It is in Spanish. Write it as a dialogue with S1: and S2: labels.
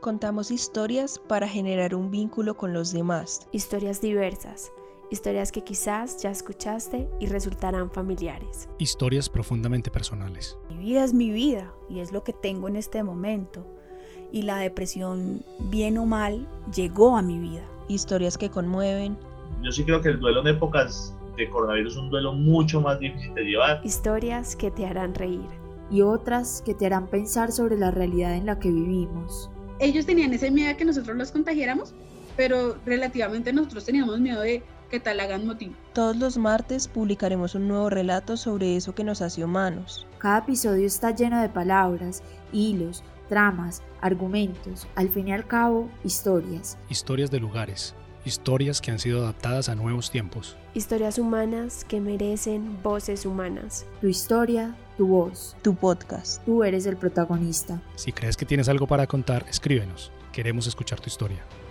S1: Contamos historias para generar un vínculo con los demás.
S2: Historias diversas, historias que quizás ya escuchaste y resultarán familiares.
S3: Historias profundamente personales.
S4: Mi vida es mi vida y es lo que tengo en este momento. Y la depresión, bien o mal, llegó a mi vida.
S1: Historias que conmueven.
S5: Yo sí creo que el duelo en épocas de coronavirus es un duelo mucho más difícil de llevar.
S2: Historias que te harán reír.
S6: Y otras que te harán pensar sobre la realidad en la que vivimos
S7: ellos tenían ese miedo de que nosotros los contagiáramos, pero relativamente nosotros teníamos miedo de que tal hagan motivo.
S1: Todos los martes publicaremos un nuevo relato sobre eso que nos hace humanos.
S6: Cada episodio está lleno de palabras, hilos, tramas, argumentos, al fin y al cabo, historias.
S3: Historias de lugares, historias que han sido adaptadas a nuevos tiempos.
S2: Historias humanas que merecen voces humanas.
S6: Tu historia, tu voz,
S1: tu podcast.
S6: Tú eres el protagonista.
S3: Si crees que tienes algo para contar, escríbenos. Queremos escuchar tu historia.